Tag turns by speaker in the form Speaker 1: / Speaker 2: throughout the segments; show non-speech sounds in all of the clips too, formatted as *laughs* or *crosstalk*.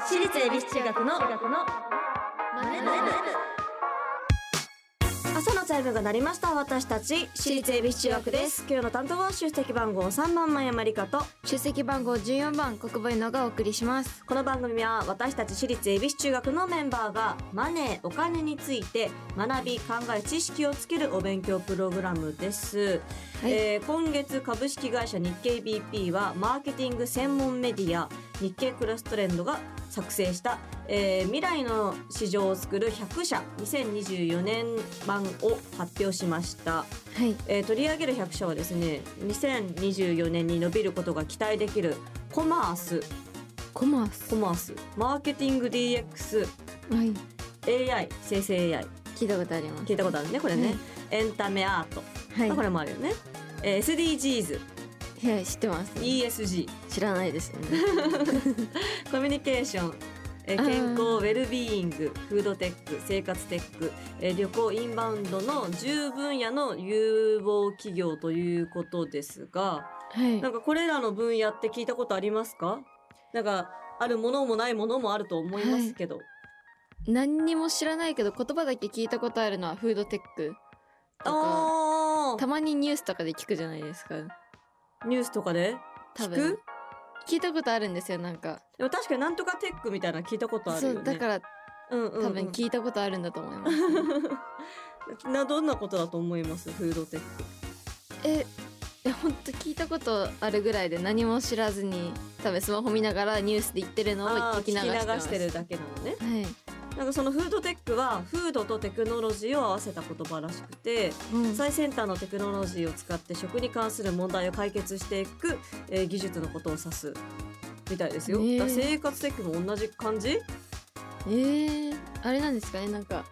Speaker 1: 私立恵比寿中学の朝のチャイムが鳴りました私たち
Speaker 2: 私立恵比寿中学です
Speaker 1: 今日の担当は出席番号三番前山理香と
Speaker 2: 出席番号14番国母井のがお送りします
Speaker 1: この番組は私たち私立恵比寿中学のメンバーがマネーお金について学び考え知識をつけるお勉強プログラムです、
Speaker 2: はい
Speaker 1: えー今月株式会社日経 BP はマーケティング専門メディア日経クラストレンドが作成した、えー未来の市場を作る100社2024年版を発表しました、
Speaker 2: はい
Speaker 1: えー取り上げる100社はですね2024年に伸びることが期待できるコマース
Speaker 2: コマー
Speaker 1: コ
Speaker 2: ス
Speaker 1: マースマーケティング DX
Speaker 2: はい
Speaker 1: AI 生成 AI
Speaker 2: 聞いたことあります
Speaker 1: 聞いたことあるねこれね、エンタメアート、
Speaker 2: はい
Speaker 1: これもあるよね、えー、
Speaker 2: はい知ってます
Speaker 1: SDGsESG
Speaker 2: 知らないですよ
Speaker 1: *laughs*
Speaker 2: ね
Speaker 1: コミュニケーションえー
Speaker 2: あー
Speaker 1: 健康ウェルビーイングフードテック生活テックえー旅行インバウンドの10分野の有望企業ということですが
Speaker 2: はい
Speaker 1: なんかこれらの分野って聞いたことありますかなんかあるものもないものもあると思いますけど、
Speaker 2: 何にも知らないけど言葉だけ聞いたことあるのはフードテックとか
Speaker 1: あ
Speaker 2: たまにニュースとかで聞くじゃないですか
Speaker 1: ーニュースとかで
Speaker 2: 多
Speaker 1: 聞
Speaker 2: 分
Speaker 1: く
Speaker 2: 聞いたことあるんですよなんか
Speaker 1: でも確かになんとかテックみたいなの聞いたことある
Speaker 2: そ
Speaker 1: よね
Speaker 2: うだから
Speaker 1: うんうんうん、
Speaker 2: 多分聞いたことあるんだと思います、
Speaker 1: *laughs* などんなことだと思いますフードテック
Speaker 2: ええ本当聞いたことあるぐらいで何も知らずに多分スマホ見ながらニュースで言ってるのを
Speaker 1: あー
Speaker 2: 聞き流してます
Speaker 1: してるだけなのね
Speaker 2: はい、
Speaker 1: なんかそのフードテックはフードとテクノロジーを合わせた言葉らしくて
Speaker 2: うん
Speaker 1: 最先端のテクノロジーを使って食に関する問題を解決していく、えー技術のことを指すみたいですよ、
Speaker 2: ねえ
Speaker 1: だから生活テックも同じ感じ
Speaker 2: えー、あれなんですかねなんか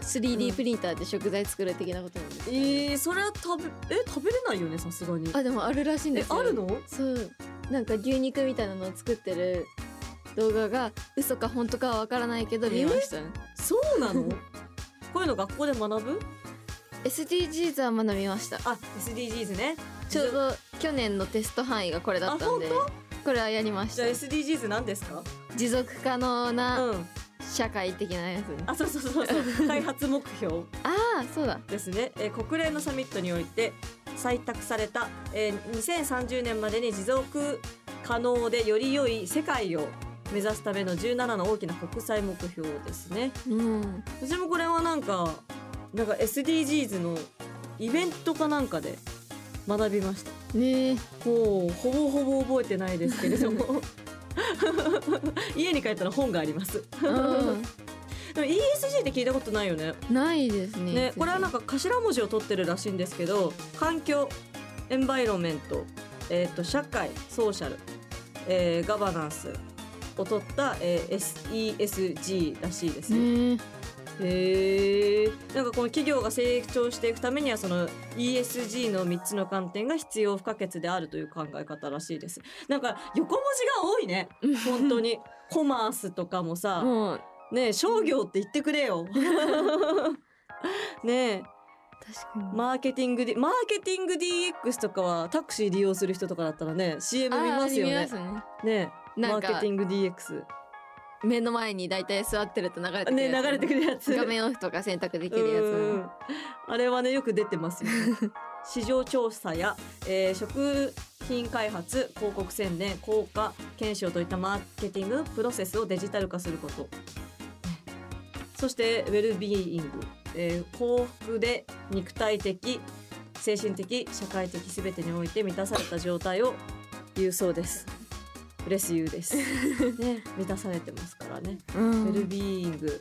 Speaker 1: う
Speaker 2: 3D
Speaker 1: ん
Speaker 2: プリンターで食材作る的なことなんですか、
Speaker 1: え
Speaker 2: ね
Speaker 1: ー、それは食べえ食べれないよねさすがに
Speaker 2: あでもあるらしいんで
Speaker 1: え
Speaker 2: すよ
Speaker 1: あるの
Speaker 2: そうなんか牛肉みたいなのを作ってる動画が嘘か本当かはわからないけど見ました、
Speaker 1: そうな
Speaker 2: *laughs*
Speaker 1: のこういうの学校で学ぶ
Speaker 2: SDGs は学びました
Speaker 1: あ SDGs ね
Speaker 2: ちょうど去年のテスト範囲がこれだったんで
Speaker 1: あ
Speaker 2: これはやりまし
Speaker 1: じゃあ
Speaker 2: た
Speaker 1: SDGs 何ですか
Speaker 2: 持続可能な
Speaker 1: うん
Speaker 2: 社会的なやつ、あ
Speaker 1: あそうそうそう
Speaker 2: *laughs*
Speaker 1: そう開発目標
Speaker 2: あそうだ
Speaker 1: ですね、えー国連のサミットにおいて採択された、えー2030年までに持続可能でより良い世界を目指すための17の大きな国際目標ですね
Speaker 2: うん
Speaker 1: 私もこれはなんかなんか SDGs のイベントかなんかで学びました
Speaker 2: ねえ
Speaker 1: もうほぼほぼ覚えてないですけれども家に帰ったら本があります
Speaker 2: う
Speaker 1: *laughs* でも ESG って聞いたことないよね
Speaker 2: んないですね
Speaker 1: ね、これはなん
Speaker 2: か
Speaker 1: か頭文字を取ってるらしいんですけど環境エンバイロメント、えー、と社会ソーシャル、えーガバナンスを取った、えー SESG らしいですね。
Speaker 2: ね
Speaker 1: へーなんかこの企業が成長していくためにはその ESG の3つの観点が必要不可欠であるという考え方らしいです。なんか横文字が多いね
Speaker 2: え
Speaker 1: 本当にコマースとかもさ、
Speaker 2: もう
Speaker 1: ねえ商業って言ってくれよ。 *laughs* ねえ
Speaker 2: 確かに、
Speaker 1: マーケティングでマーケティング DX とかはタクシー利用する人とかだったらね CM 見ますよね
Speaker 2: あー見ます
Speaker 1: ね
Speaker 2: ねな
Speaker 1: マ
Speaker 2: ん
Speaker 1: ーケテ
Speaker 2: か
Speaker 1: ィング DX
Speaker 2: 目の前に大体座ってると流れてくる
Speaker 1: ね
Speaker 2: やつ
Speaker 1: 流れてくるやつ
Speaker 2: 画面オフとか選択でき
Speaker 1: う
Speaker 2: るやつ
Speaker 1: んうんあれはねよく出てますよね市場調査や、えー食品開発広告宣伝効果検証といったマーケティングプロセスをデジタル化することねそしてウェルビーイング、えー幸福で肉体的精神的社会的すべてにおいて満たされた状態を言うそうです嬉しい言うですね満たされてますからね
Speaker 2: うん
Speaker 1: ウェルビーイング、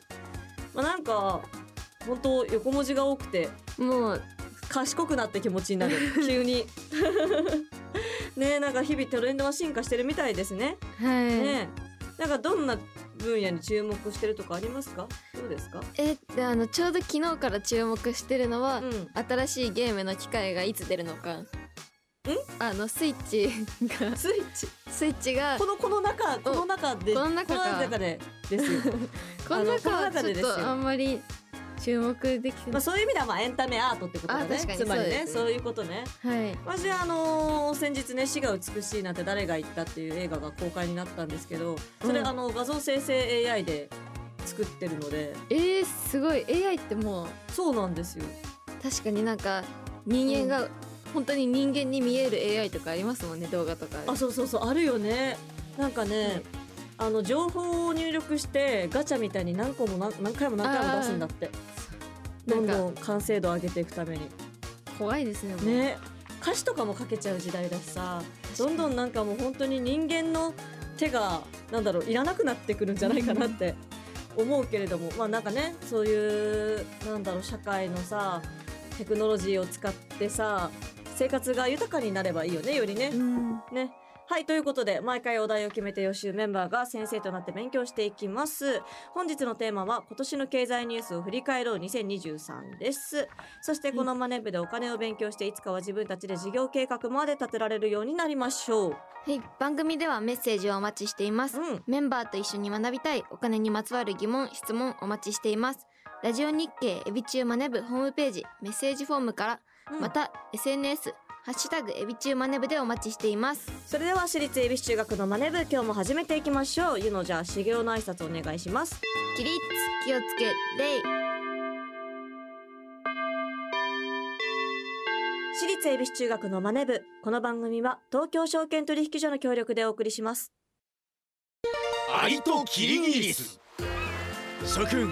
Speaker 1: まあ、なんか本当横文字が多くて
Speaker 2: もう
Speaker 1: 賢くなった気持ちにな
Speaker 2: *laughs*
Speaker 1: る急に *laughs* ねえなんか日々トレンドは進化してるみたいですね
Speaker 2: はい、
Speaker 1: ねえなんかどんな分野に注目してるとかありますかどうですか
Speaker 2: えであのちょうど昨日から注目してるのは、
Speaker 1: うん
Speaker 2: 新しいゲームの機械がいつ出るのかんあのスイッチが
Speaker 1: スイッチ
Speaker 2: スイッチが
Speaker 1: このこの中この中で
Speaker 2: この中か
Speaker 1: この中でですよ
Speaker 2: *laughs* この
Speaker 1: あのこの
Speaker 2: 中は
Speaker 1: 中
Speaker 2: ちょ
Speaker 1: で
Speaker 2: っ
Speaker 1: ですよ
Speaker 2: とあんまり注目できて
Speaker 1: ま
Speaker 2: ま
Speaker 1: あ、
Speaker 2: す。
Speaker 1: そういう意味ではまあエンタメアートってことだ
Speaker 2: あ
Speaker 1: ね
Speaker 2: 確かに
Speaker 1: つまり
Speaker 2: そう
Speaker 1: ね
Speaker 2: です
Speaker 1: そういうことね
Speaker 2: はい。
Speaker 1: 私あのー先日ね「死が美しいなんて誰が言った」っていう映画が公開になったんですけどそれ、
Speaker 2: うん
Speaker 1: あの画像生成 AI で作ってるので
Speaker 2: えー、すごい AI ってもう
Speaker 1: そうなんですよ
Speaker 2: 確かになんか人間が、本当に人間に見える AI とかありますもんね動画とかで
Speaker 1: あそうそうそうあるよねなんかね、あの情報を入力してガチャみたいに何個も何何回も何回も出すんだって
Speaker 2: な
Speaker 1: どん
Speaker 2: ん
Speaker 1: ど
Speaker 2: か
Speaker 1: ん完成度上げていくために
Speaker 2: 怖いですねもう
Speaker 1: ね歌詞とかも書けちゃう時代だしさどんどんなんかもう本当に人間の手がなんだろういらなくなってくるんじゃないかなって思うけれどもまあなんかねそういうなんだろう社会のさテクノロジーを使ってさ生活が豊かになればいいよねよりね。
Speaker 2: うん
Speaker 1: ね。はい、ということで、毎回お題を決めて予習メンバーが先生となって勉強していきます。本日のテーマは、今年の経済ニュースを振り返ろう2023です。そして、このマネ部でお金を勉強して、いつかは自分たちで事業計画まで立てられるようになりましょう。
Speaker 2: はい番組ではメッセージをお待ちしています、
Speaker 1: うん。
Speaker 2: メンバーと一緒に学びたいお金にまつわる疑問質問お待ちしていますラジオ日経エビチューマネブホームページメッセージフォームからま
Speaker 1: また、
Speaker 2: た SNS ハッシュタグエビチューマネブでお待ちしています
Speaker 1: それでは、私立恵比寿中学のマネ部、今日も始めていきましょう。ゆのじゃあ、修行の挨拶お願いします。
Speaker 2: 起立気をつけ礼
Speaker 1: 私立恵比寿中学のマネ部この番組は東京証券取引所の協力でお送りします
Speaker 3: アリとキリギリス諸君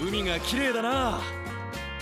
Speaker 3: 海が綺麗だな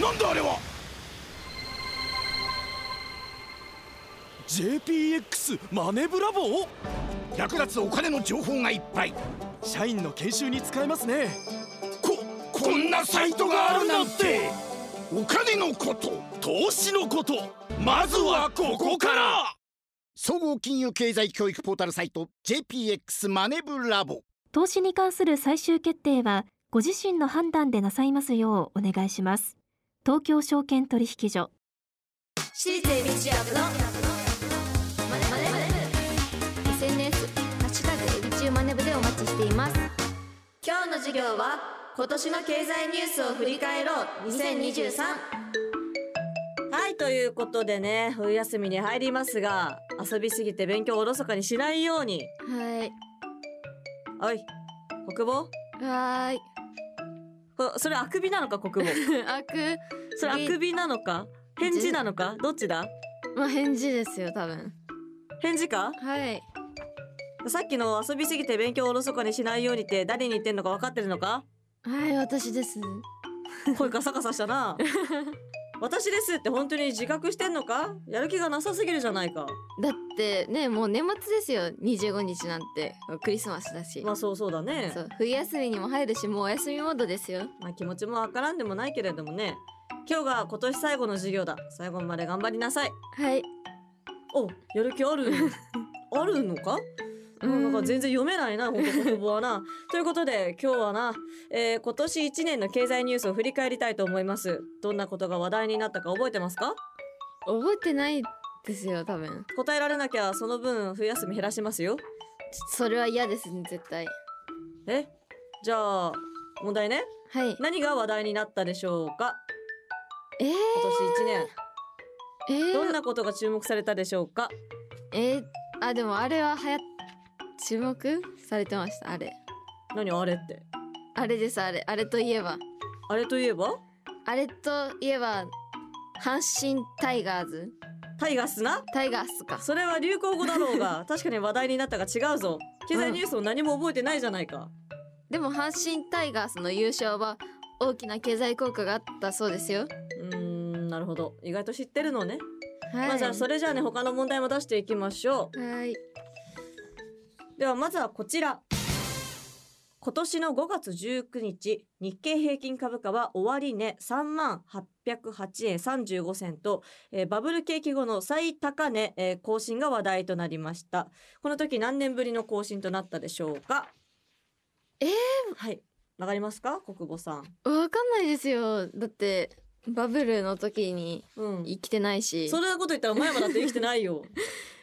Speaker 3: なんだあれは JPX マネブラボ
Speaker 4: 役立つお金の情報がいっぱい
Speaker 3: 社員の研修に使えますね
Speaker 4: ここんなサイトがあるなんてお金のこと
Speaker 3: 投資のことまずはここから
Speaker 4: 総合金融経済教育ポータルサイト JPX マネブラボ
Speaker 5: 投資に関する最終決定はご自身の判断でなさいますようお願いします東京証券取引所
Speaker 2: 私立恵比寿中学のマネマネマネ SNS ハッシュタグエビチューマネブでお待ちしています
Speaker 1: 今日の授業は今年の経済ニュースを振り返ろう2023はいということでね冬休みに入りますが遊びすぎて勉強をおろそかにしないように
Speaker 2: はい
Speaker 1: おい国防
Speaker 2: は *laughs*
Speaker 1: こそれあくびなのか国防 *laughs*
Speaker 2: ーいあく
Speaker 1: それあくびなのか返事なのかどっちだ
Speaker 2: まあ返事ですよ多分
Speaker 1: 返事か
Speaker 2: はい
Speaker 1: さっきの遊びすぎて勉強をおろそかにしないようにって誰に言ってんのか分かってるのか
Speaker 2: はい私です
Speaker 1: 声ガサガサした *laughs* な私ですって本当に自覚してんのかやる気がなさすぎるじゃないか
Speaker 2: だってねもう年末ですよ25日なんてクリスマスだし、
Speaker 1: まあそうそうだね
Speaker 2: そう冬休みにも入るしもうお休みモードですよ
Speaker 1: まあ気持ちもわからんでもないけれどもね今日が今年最後の授業だ最後まで頑張りなさい
Speaker 2: はい
Speaker 1: おやる気あ
Speaker 2: *laughs*
Speaker 1: るあるのかうんなんか全然読めないな本当言葉はなということで今日はな、えー今年1年の経済ニュースを振り返りたいと思いますどんなことが話題になったか覚えてますか
Speaker 2: 覚えてないですよ多分
Speaker 1: 答えられなきゃその分冬休み減らしますよ
Speaker 2: ちょそれは嫌ですね絶対
Speaker 1: えじゃあ問題ね
Speaker 2: はい
Speaker 1: 何が話題になったでしょうか
Speaker 2: えー、
Speaker 1: 今年1
Speaker 2: えー
Speaker 1: 年どんなことが注目されたでしょうか
Speaker 2: えー、あでもあれははや注目されてましたあれ
Speaker 1: 何あれって
Speaker 2: あれですあれあれといえば
Speaker 1: あれといえば
Speaker 2: あれといえば阪神タイガーズ
Speaker 1: タイガースな
Speaker 2: タイガースか
Speaker 1: それは流行語だろう
Speaker 2: *laughs*
Speaker 1: が確かに話題になったが違うぞ経済ニュースを何も覚えてないじゃないか、
Speaker 2: でも阪神タイガースの優勝は大きな経済効果があったそうですよ
Speaker 1: うーんなるほど意外と知ってるのね、
Speaker 2: はい、
Speaker 1: まあじゃあそれじゃあね他の問題も出していきましょ
Speaker 2: はいう
Speaker 1: ではまずはこちら今年の5月19日、日経平均株価は終値3万808円35銭と、えーバブル景気後の最高値、えー更新が話題となりました。この時何年ぶりの更新となったでしょうか
Speaker 2: えー
Speaker 1: はい。わかりますか国母さん。
Speaker 2: わかんないですよだってバブルの時に
Speaker 1: うん。
Speaker 2: 生きてないし
Speaker 1: そんなこと言ったらお前もだって生きてない
Speaker 2: *laughs*
Speaker 1: よ。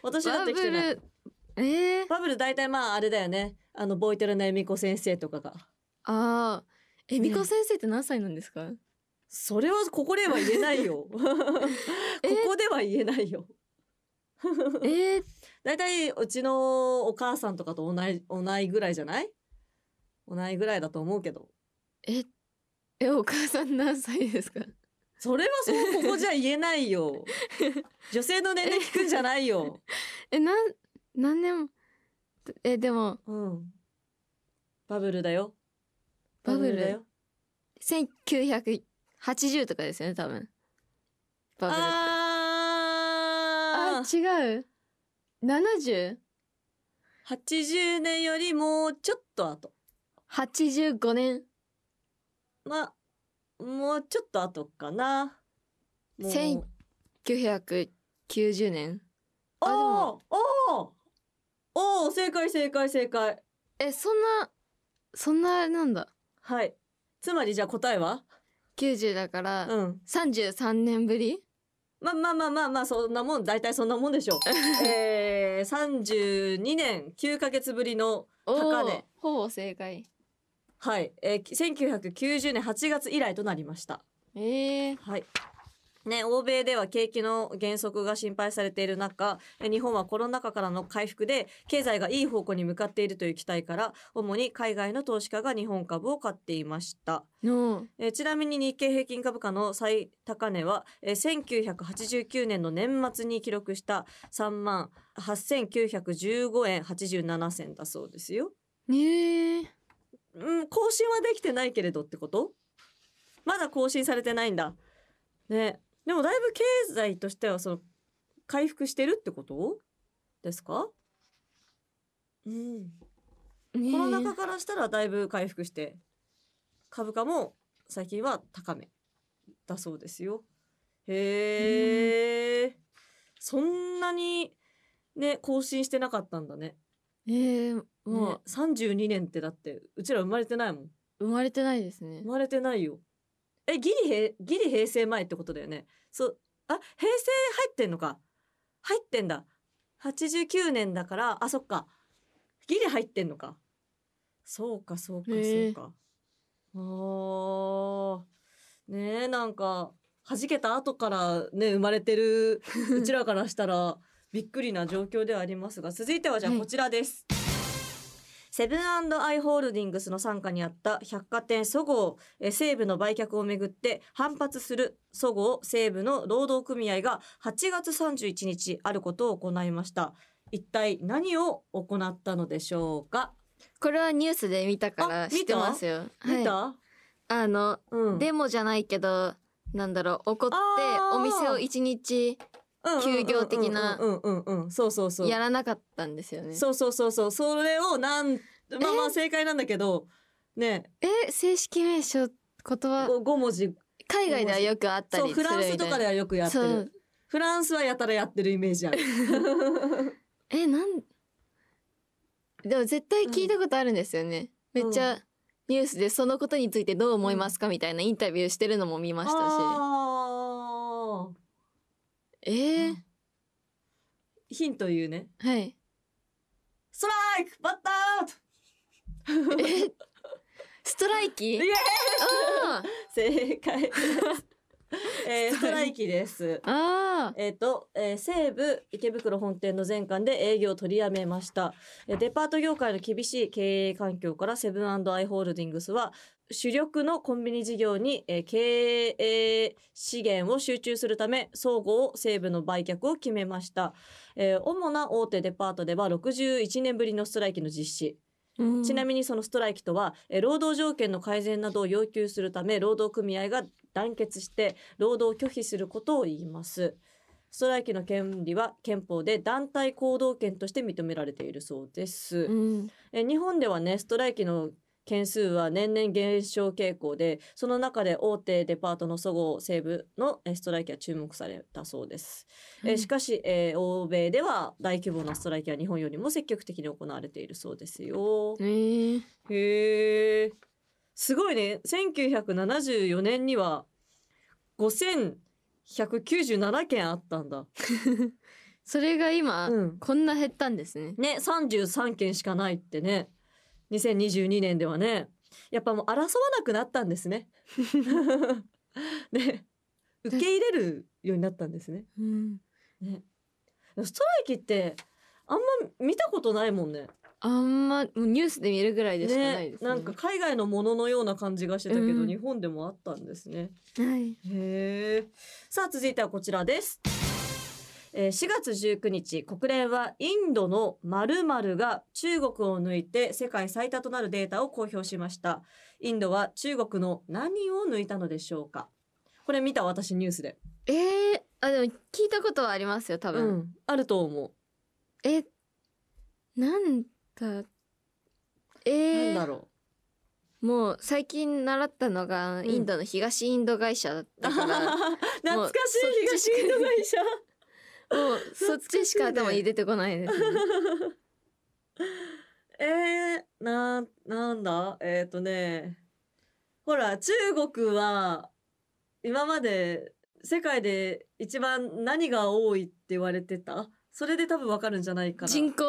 Speaker 1: 私だって生きてない。
Speaker 2: バブルえー、
Speaker 1: バブル大体まああれだよね。あの、ボイトレの恵美子先生とかが。
Speaker 2: ああえ
Speaker 1: ね
Speaker 2: みこ先生って何歳なんで
Speaker 1: *laughs*
Speaker 2: すか
Speaker 1: それはここでは言えないよ。こ
Speaker 2: *laughs* え
Speaker 1: こでは言えないよ。
Speaker 2: えー、
Speaker 1: だいたいうちのお母さんとかと同い同いぐらいじゃない同いぐらいだと思うけど。
Speaker 2: ええお母さん何歳ですか
Speaker 1: それはそうここじゃ言えない
Speaker 2: *laughs*
Speaker 1: よ。女性の年齢聞くんじゃないよ。
Speaker 2: えなん何年もえでも
Speaker 1: うん。バブルだよ。
Speaker 2: バブル
Speaker 1: だよ。
Speaker 2: 1980とかですよね多分バブルあ
Speaker 1: あ
Speaker 2: あ
Speaker 1: ー
Speaker 2: 違う 70?
Speaker 1: 80年よりもうちょっと後。
Speaker 2: 85年
Speaker 1: まあ、もうちょっと後かな。もう
Speaker 2: 千990年あで
Speaker 1: お
Speaker 2: も
Speaker 1: おおーおー正解正解正解
Speaker 2: えそんなそんななんだ
Speaker 1: はいつまりじゃあ答えは
Speaker 2: 90だから、
Speaker 1: うん
Speaker 2: 33年ぶり
Speaker 1: まあまあまあまあまあそんなもん大体そんなもんでしょう
Speaker 2: *laughs*
Speaker 1: えー、32年9ヶ月ぶりの高値
Speaker 2: おーほぼ正解
Speaker 1: はい、えー、1990年8月以来となりました
Speaker 2: ええ
Speaker 1: はい。ね、欧米では景気の減速が心配されている中、え日本はコロナ禍からの回復で経済がいい方向に向かっているという期待から、主に海外の投資家が日本株を買っていました。
Speaker 2: の
Speaker 1: えーちなみに日経平均株価の最高値は、えー1989年の年末に記録した3万8915円87銭だそうですよ。
Speaker 2: ねえ
Speaker 1: うん、更新はできてないけれどってことまだ更新されてないんだ。ね。でもだいぶ経済としてはその回復してるってことですかうん。
Speaker 2: ねえ
Speaker 1: コロナ禍からしたらだいぶ回復して株価も最近は高めだそうですよ。へえ。そんなにね更新してなかったんだね。
Speaker 2: ええも
Speaker 1: ね
Speaker 2: う、
Speaker 1: 32年ってだってうちら生まれてないもん。
Speaker 2: 生まれてないですね
Speaker 1: 生まれてないよえギリへギリ平成前ってことだよねそうあ平成入ってんのか入ってんだ89年だからあそっかギリ入ってんのかそうかそうかそ
Speaker 2: へ
Speaker 1: う
Speaker 2: え
Speaker 1: かあーねえなんか弾けた後からね生まれてるうちらからしたらびっくりな状況ではありますが続いてはじゃあ
Speaker 2: はい
Speaker 1: こちらです、セブンアイ・ホールディングスの傘下にあった百貨店そごうえー西武の売却をめぐって反発するそごう西武の労働組合が8月31日あることを行いました一体何を行ったのでしょうか、
Speaker 2: これはニュースで見たか
Speaker 1: あ
Speaker 2: ら
Speaker 1: 見た
Speaker 2: 知ってますよ
Speaker 1: 見
Speaker 2: はい、
Speaker 1: た、
Speaker 2: あの、
Speaker 1: うん、
Speaker 2: デモじゃないけどなんだろう怒って
Speaker 1: あー
Speaker 2: お店を一日
Speaker 1: うんうんうんうん
Speaker 2: 休業的な
Speaker 1: うんうんうんうんそうそうそう
Speaker 2: やらなかったんですよね
Speaker 1: そうそうそうそうそれをなんまあまあ正解なんだけどね
Speaker 2: え正式名称言葉
Speaker 1: 5文字
Speaker 2: 海外ではよくあった
Speaker 1: そう
Speaker 2: り
Speaker 1: フ
Speaker 2: するみた
Speaker 1: ラン
Speaker 2: い
Speaker 1: ス
Speaker 2: な
Speaker 1: とかではよくやって
Speaker 2: そ
Speaker 1: る
Speaker 2: う
Speaker 1: フランスはやたらやってるイメージある
Speaker 2: えなんでも絶対聞いたことあるんですよね、
Speaker 1: うん
Speaker 2: めっちゃニュースでそのことについてどう思いますかみたいなインタビューしてるのも見ましたし、
Speaker 1: あ
Speaker 2: えー
Speaker 1: ーヒント言うね
Speaker 2: はい
Speaker 1: ストライクバッターアウト
Speaker 2: え *laughs* ストライキ
Speaker 1: イエーイ
Speaker 2: あー
Speaker 1: 正解 *laughs* ですえーストライキです。
Speaker 2: あー
Speaker 1: えっ、と、えー西武池袋本店の全館で営業を取りやめました。えーデパート業界の厳しい経営環境からセブンアイ・ホールディングスは主力のコンビニ事業に、えー経営資源を集中するため、総合西武の売却を決めました。えー主な大手デパートでは61年ぶりのストライキの実施。
Speaker 2: うん
Speaker 1: ちなみにそのストライキとは、えー労働条件の改善などを要求するため労働組合が団結して労働を拒否することを言います。ストライキの権利は憲法で団体行動権として認められているそうです。
Speaker 2: うん
Speaker 1: えー日本ではねストライキの件数は年々減少傾向でその中で大手デパートのそごう・西武のえーストライキは注目されたそうです、えー
Speaker 2: うん
Speaker 1: しかし、えー欧米では大規模なストライキは日本よりも積極的に行われているそうですよ
Speaker 2: えー、
Speaker 1: へえすごいね1974年には5197件あったんだ、
Speaker 2: それが今、
Speaker 1: うん、
Speaker 2: こんな減ったんですね。
Speaker 1: ね33件しかないってね2022年ではねやっぱもう争わなくなったんです
Speaker 2: *laughs*
Speaker 1: ね。ね受け入れるようになったんですね。
Speaker 2: うん、
Speaker 1: ねストライキってあんま見たことないもんね。
Speaker 2: あんまもうニュースで見るぐらいでしかないですね。
Speaker 1: なんか海外のもののような感じがしてたけど、
Speaker 2: うん
Speaker 1: 日本でもあったんですね。
Speaker 2: はい。
Speaker 1: へえ。さあ続いてはこちらです。えー4月19日国連はインドの〇〇が中国を抜いて世界最多となるデータを公表しましたインドは中国の何を抜いたのでしょうかこれ見た私ニュースで、
Speaker 2: えー、あでも聞いたことはありますよ多分。
Speaker 1: うんあると思う、
Speaker 2: えなんだえー、
Speaker 1: なんだろ
Speaker 2: もう最近習ったのが
Speaker 1: ん
Speaker 2: インドの東インド会社だっ
Speaker 1: う
Speaker 2: たから、も
Speaker 1: *laughs* 懐かし
Speaker 2: もう
Speaker 1: い東インド会社
Speaker 2: うそっちしか頭に出てこないです、ね。
Speaker 1: えー、ななんだえっ、ー、とねほら中国は今まで世界で一番何が多いって言われてたそれで多分わかるんじゃないかな *laughs*
Speaker 2: 人口？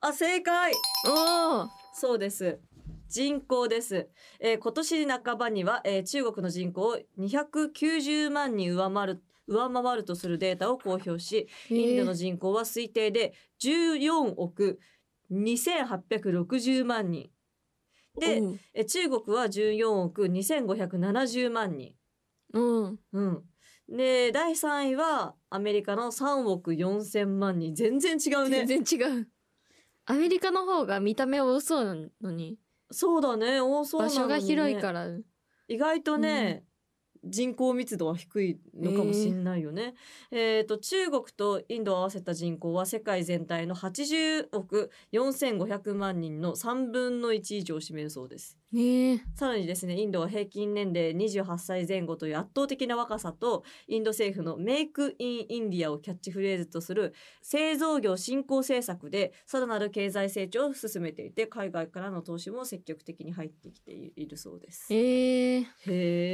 Speaker 1: あ正解
Speaker 2: おお。
Speaker 1: そうです人口です、えー今年半ばには、えー中国の人口を290万人上回る上回るとするデータを公表しインドの人口は推定で14億2860万人で、
Speaker 2: うん
Speaker 1: え中国は14億2570万人、
Speaker 2: うん
Speaker 1: うん、で第3位はアメリカの3億4000万人全然違うね
Speaker 2: 全然違う。アメリカの方が見た目多そうなのに
Speaker 1: そうだね多そうな
Speaker 2: 場
Speaker 1: のに、ね、
Speaker 2: 所が広いから、
Speaker 1: 意外とね、人口密度は低いのかもしれないよね。えっ、と中国とインドを合わせた人口は世界全体の80億4500万人の3分の1以上を占めるそうです。
Speaker 2: ねえ
Speaker 1: さらにですねインドは平均年齢28歳前後という圧倒的な若さとインド政府のメイク・イン・インディアをキャッチフレーズとする製造業振興政策でさらなる経済成長を進めていて海外からの投資も積極的に入ってきているそうです。
Speaker 2: えー、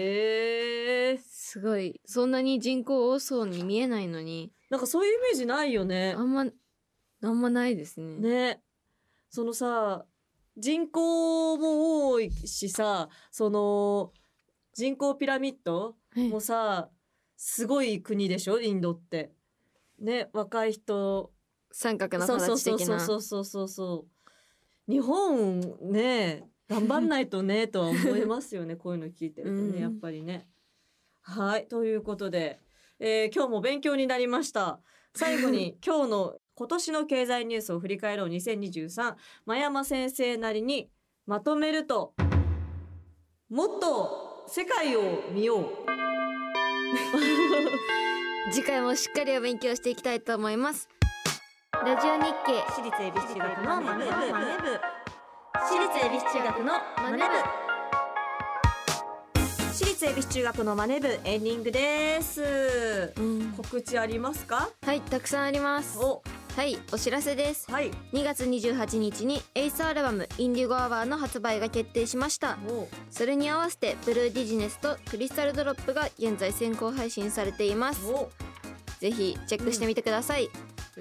Speaker 1: へえ。
Speaker 2: すごいそんなに人口多そうに見えないのに
Speaker 1: なんかそういうイメージないよね
Speaker 2: あ。んまあんまないですね
Speaker 1: ね。そのさ、人口も多いしさ、その人口ピラミッド
Speaker 2: はい
Speaker 1: もさ、すごい国でしょ、インドって。ね、若い人。
Speaker 2: 三角の
Speaker 1: そうそう
Speaker 2: 形
Speaker 1: そう
Speaker 2: 的
Speaker 1: そ
Speaker 2: な
Speaker 1: うそうそうそうそう。日本ね、頑張んないとねとは思いますよね。こういうの聞いてると
Speaker 2: う
Speaker 1: ね、
Speaker 2: ん
Speaker 1: やっぱりね。はい、ということで、えー今日も勉強になりました。最後
Speaker 2: *laughs*
Speaker 1: に今日の今年の経済ニュースを振り返ろう2023真山先生なりにまとめるともっと世界を見よう
Speaker 2: 次回もしっかりお勉強していきたいと思います
Speaker 6: ラジオ日経
Speaker 1: 私立恵比寿中学のマネブマネブ
Speaker 6: 私立恵比寿中学のマネ部
Speaker 1: 私立恵比寿中学のマネブエンディングです
Speaker 2: うん
Speaker 1: 告知ありますか
Speaker 2: はいたくさんあります
Speaker 1: お
Speaker 2: はいお知らせです
Speaker 1: はい
Speaker 2: 2月28日にエイスアルバム「インディゴアワー」の発売が決定しました
Speaker 1: も
Speaker 2: それに合わせてブルーディジネスとクリスタルドロップが現在先行配信されていま
Speaker 1: う
Speaker 2: す
Speaker 1: も
Speaker 2: ぜひチェックしてみてください、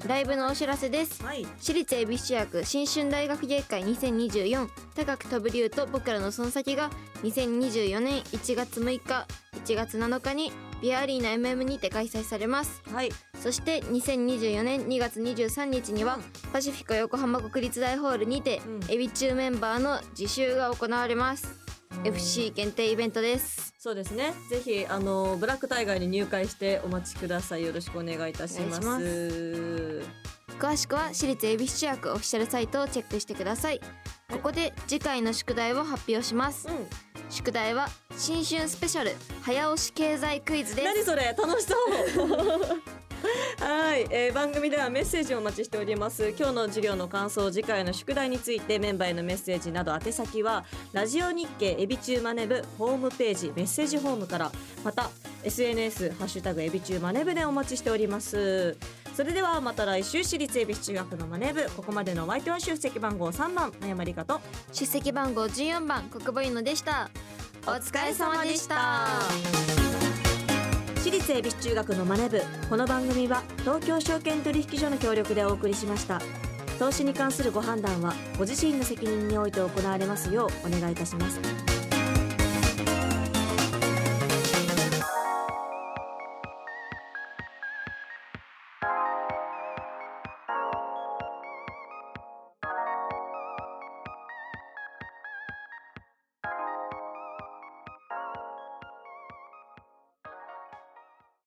Speaker 2: ライブのお知らせです
Speaker 1: うはい
Speaker 2: 私立恵比寿中学新春大学芸会2024高く飛ぶ竜と僕らのその先が2024年1月6日1月7日にビアアリーナ MM にて開催されます
Speaker 1: はい
Speaker 2: そして2024年2月23日にはパシフィコ横浜国立大ホールにて
Speaker 1: うん
Speaker 2: エビ中メンバーの自習が行われます
Speaker 1: うん
Speaker 2: FC 限定イベントです
Speaker 1: そうですねぜひあのブラックタイガーに入会してお待ちくださいよろしくお願いいたします
Speaker 2: お願い詳しくは私立恵比寿中学オフィシャルサイトをチェックしてくださいここで次回の宿題を発表します
Speaker 1: うん
Speaker 2: 宿題は新春スペシャル早押し経済クイズで
Speaker 1: 何
Speaker 2: す *laughs*
Speaker 1: それ楽しそうはい、えー、番組ではメッセージをお待ちしております今日の授業の感想次回の宿題についてメンバーへのメッセージなど宛先はラジオ日経エビチューマネブホームページメッセージホームからまた SNS ハッシュタグエビチューマネブでお待ちしておりますそれではまた来週私立恵比寿中学のマネブここまでのお相手は出席番号3番真山理香と
Speaker 2: 出席番号14番国母犬でしたお疲れ様でした
Speaker 1: 私立恵比寿中学のマネ部この番組は東京証券取引所の協力でお送りしました投資に関するご判断はご自身の責任において行われますようお願いいたします